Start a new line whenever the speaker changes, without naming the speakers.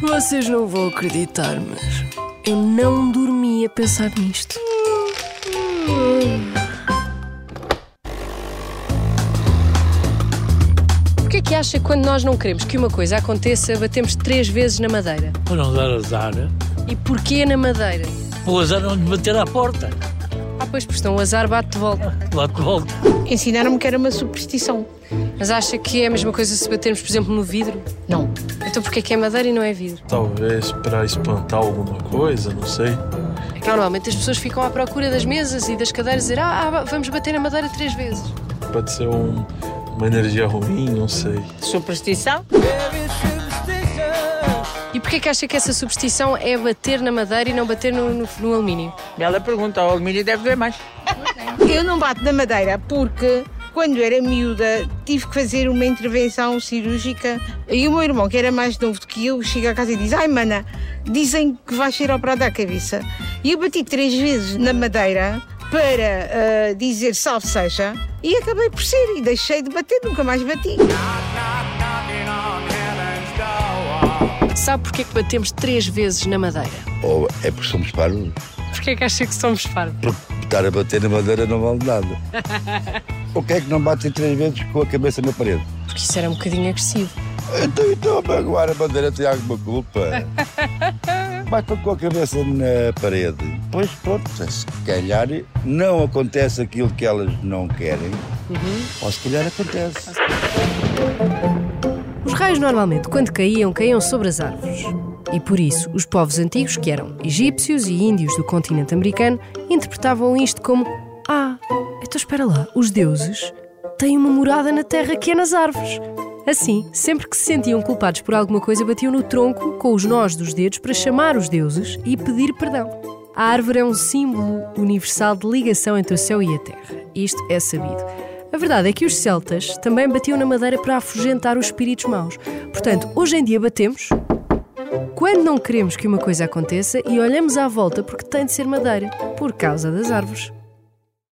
Vocês não vão acreditar, mas eu não dormi a pensar nisto.
O que é que acha que quando nós não queremos que uma coisa aconteça, batemos três vezes na madeira?
Para não dar azar, eh?
E porquê na madeira?
o azar não lhe bater à porta.
Ah, pois, pois então o azar bate de volta.
Lá de volta.
Ensinaram-me que era uma superstição.
Mas acha que é a mesma coisa se batermos, por exemplo, no vidro?
Não.
Então porquê é que é madeira e não é vidro?
Talvez para espantar alguma coisa, não sei.
É que normalmente as pessoas ficam à procura das mesas e das cadeiras e dizer ah, ah, vamos bater na madeira três vezes.
Pode ser um- uma energia ruim, não sei.
Superstição?
E porquê é que acha que essa superstição é bater na madeira e não bater no, no, no alumínio?
Bela pergunta, o alumínio deve ver mais.
Eu não bato na madeira porque quando era miúda tive que fazer uma intervenção cirúrgica e o meu irmão, que era mais novo do que eu, chega a casa e diz: Ai, mana, dizem que vais ser operada à cabeça. E eu bati três vezes na madeira para ah, dizer salve seja e acabei por ser e deixei de bater, nunca mais bati.
Sabe porquê é que batemos três vezes na madeira?
Ou é porque somos parvos?
Porquê é que acha que somos fardos?
Porque estar a bater na madeira não vale nada. o que é que não batem três vezes com a cabeça na parede?
Porque isso era um bocadinho agressivo.
Então, então, agora a bandeira tem alguma culpa. Batam com a cabeça na parede. Pois pronto, se calhar não acontece aquilo que elas não querem. Ou se calhar acontece.
Os raios normalmente, quando caíam, caíam sobre as árvores. E por isso, os povos antigos, que eram egípcios e índios do continente americano, interpretavam isto como: Ah, então espera lá, os deuses têm uma morada na terra que é nas árvores. Assim, sempre que se sentiam culpados por alguma coisa, batiam no tronco com os nós dos dedos para chamar os deuses e pedir perdão. A árvore é um símbolo universal de ligação entre o céu e a terra. Isto é sabido. A verdade é que os celtas também batiam na madeira para afugentar os espíritos maus. Portanto, hoje em dia batemos quando não queremos que uma coisa aconteça e olhamos à volta porque tem de ser madeira, por causa das árvores.